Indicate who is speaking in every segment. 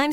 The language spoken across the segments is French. Speaker 1: I'm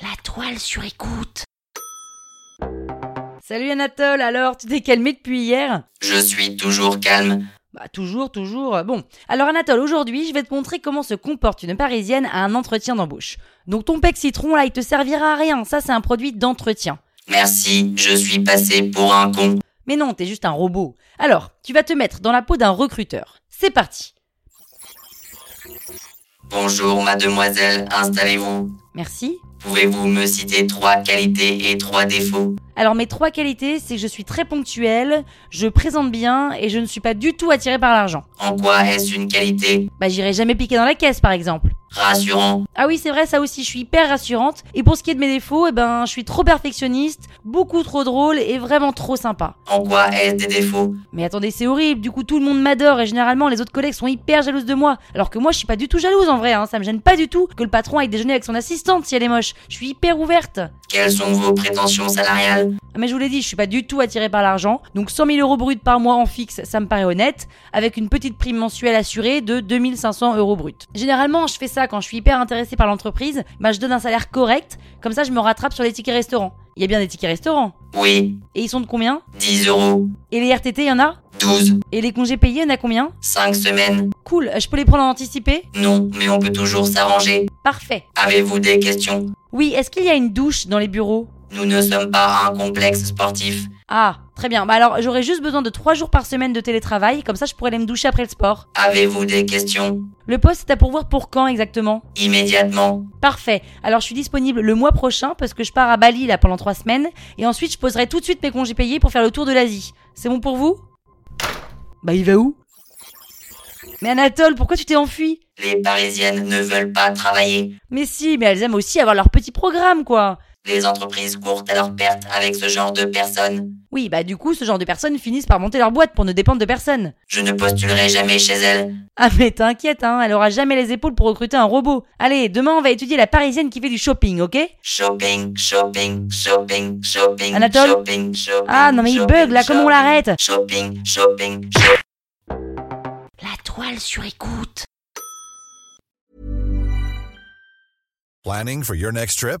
Speaker 2: La toile sur écoute. Salut Anatole, alors tu t'es calmé depuis hier
Speaker 3: Je suis toujours calme.
Speaker 2: Bah toujours, toujours. Bon, alors Anatole, aujourd'hui je vais te montrer comment se comporte une Parisienne à un entretien d'embauche. Donc ton pec citron là, il te servira à rien, ça c'est un produit d'entretien.
Speaker 3: Merci, je suis passé pour un con.
Speaker 2: Mais non, t'es juste un robot. Alors, tu vas te mettre dans la peau d'un recruteur. C'est parti.
Speaker 3: Bonjour mademoiselle, installez-vous.
Speaker 2: Merci.
Speaker 3: Pouvez-vous me citer trois qualités et trois défauts
Speaker 2: Alors mes trois qualités, c'est que je suis très ponctuelle, je présente bien et je ne suis pas du tout attirée par l'argent.
Speaker 3: En quoi est-ce une qualité
Speaker 2: Bah j'irai jamais piquer dans la caisse par exemple.
Speaker 3: Rassurant.
Speaker 2: Ah oui, c'est vrai, ça aussi, je suis hyper rassurante. Et pour ce qui est de mes défauts, eh ben, je suis trop perfectionniste, beaucoup trop drôle et vraiment trop sympa.
Speaker 3: En quoi est-ce des défauts
Speaker 2: Mais attendez, c'est horrible, du coup tout le monde m'adore et généralement les autres collègues sont hyper jalouses de moi. Alors que moi, je suis pas du tout jalouse en vrai, hein. ça me gêne pas du tout que le patron aille déjeuner avec son assistante si elle est moche. Je suis hyper ouverte.
Speaker 3: Quelles sont vos prétentions salariales
Speaker 2: Ah, Mais je vous l'ai dit, je suis pas du tout attirée par l'argent, donc 100 000 euros bruts par mois en fixe, ça me paraît honnête, avec une petite prime mensuelle assurée de 2500 euros bruts. Généralement, je fais ça quand je suis hyper intéressée par l'entreprise, bah je donne un salaire correct, comme ça je me rattrape sur les tickets restaurants. Il y a bien des tickets restaurants.
Speaker 3: Oui,
Speaker 2: Et ils sont de combien
Speaker 3: 10 euros,
Speaker 2: Et les RTT, il y en a
Speaker 3: 12,
Speaker 2: Et les congés payés, il y en a combien
Speaker 3: 5 semaines.
Speaker 2: Cool, je peux les prendre en anticipé
Speaker 3: Non, mais on peut toujours s'arranger.
Speaker 2: Parfait.
Speaker 3: Avez-vous des questions
Speaker 2: Oui, est-ce qu'il y a une douche dans les bureaux
Speaker 3: Nous ne sommes pas un complexe sportif.
Speaker 2: Ah, très bien. Bah alors, j'aurais juste besoin de 3 jours par semaine de télétravail, comme ça je pourrais aller me doucher après le sport.
Speaker 3: Avez-vous des questions
Speaker 2: Le poste est à pourvoir pour quand exactement
Speaker 3: Immédiatement.
Speaker 2: Parfait. Alors je suis disponible le mois prochain parce que je pars à Bali là pendant trois semaines et ensuite je poserai tout de suite mes congés payés pour faire le tour de l'Asie. C'est bon pour vous Bah il va où Mais Anatole, pourquoi tu t'es enfui
Speaker 3: Les Parisiennes ne veulent pas travailler.
Speaker 2: Mais si, mais elles aiment aussi avoir leur petit programme quoi.
Speaker 3: Les entreprises courent à leur perte avec ce genre de personnes.
Speaker 2: Oui, bah du coup, ce genre de personnes finissent par monter leur boîte pour ne dépendre de personne.
Speaker 3: Je ne postulerai jamais chez elles.
Speaker 2: Ah mais t'inquiète hein, elle aura jamais les épaules pour recruter un robot. Allez, demain on va étudier la parisienne qui fait du shopping, ok
Speaker 3: Shopping, shopping, shopping, shopping.
Speaker 2: Anatole
Speaker 3: shopping, shopping,
Speaker 2: Ah non mais il
Speaker 3: shopping,
Speaker 2: bug là, comment on
Speaker 3: shopping,
Speaker 2: l'arrête
Speaker 3: Shopping, shopping, shopping.
Speaker 2: La toile sur écoute.
Speaker 4: Planning for your next trip?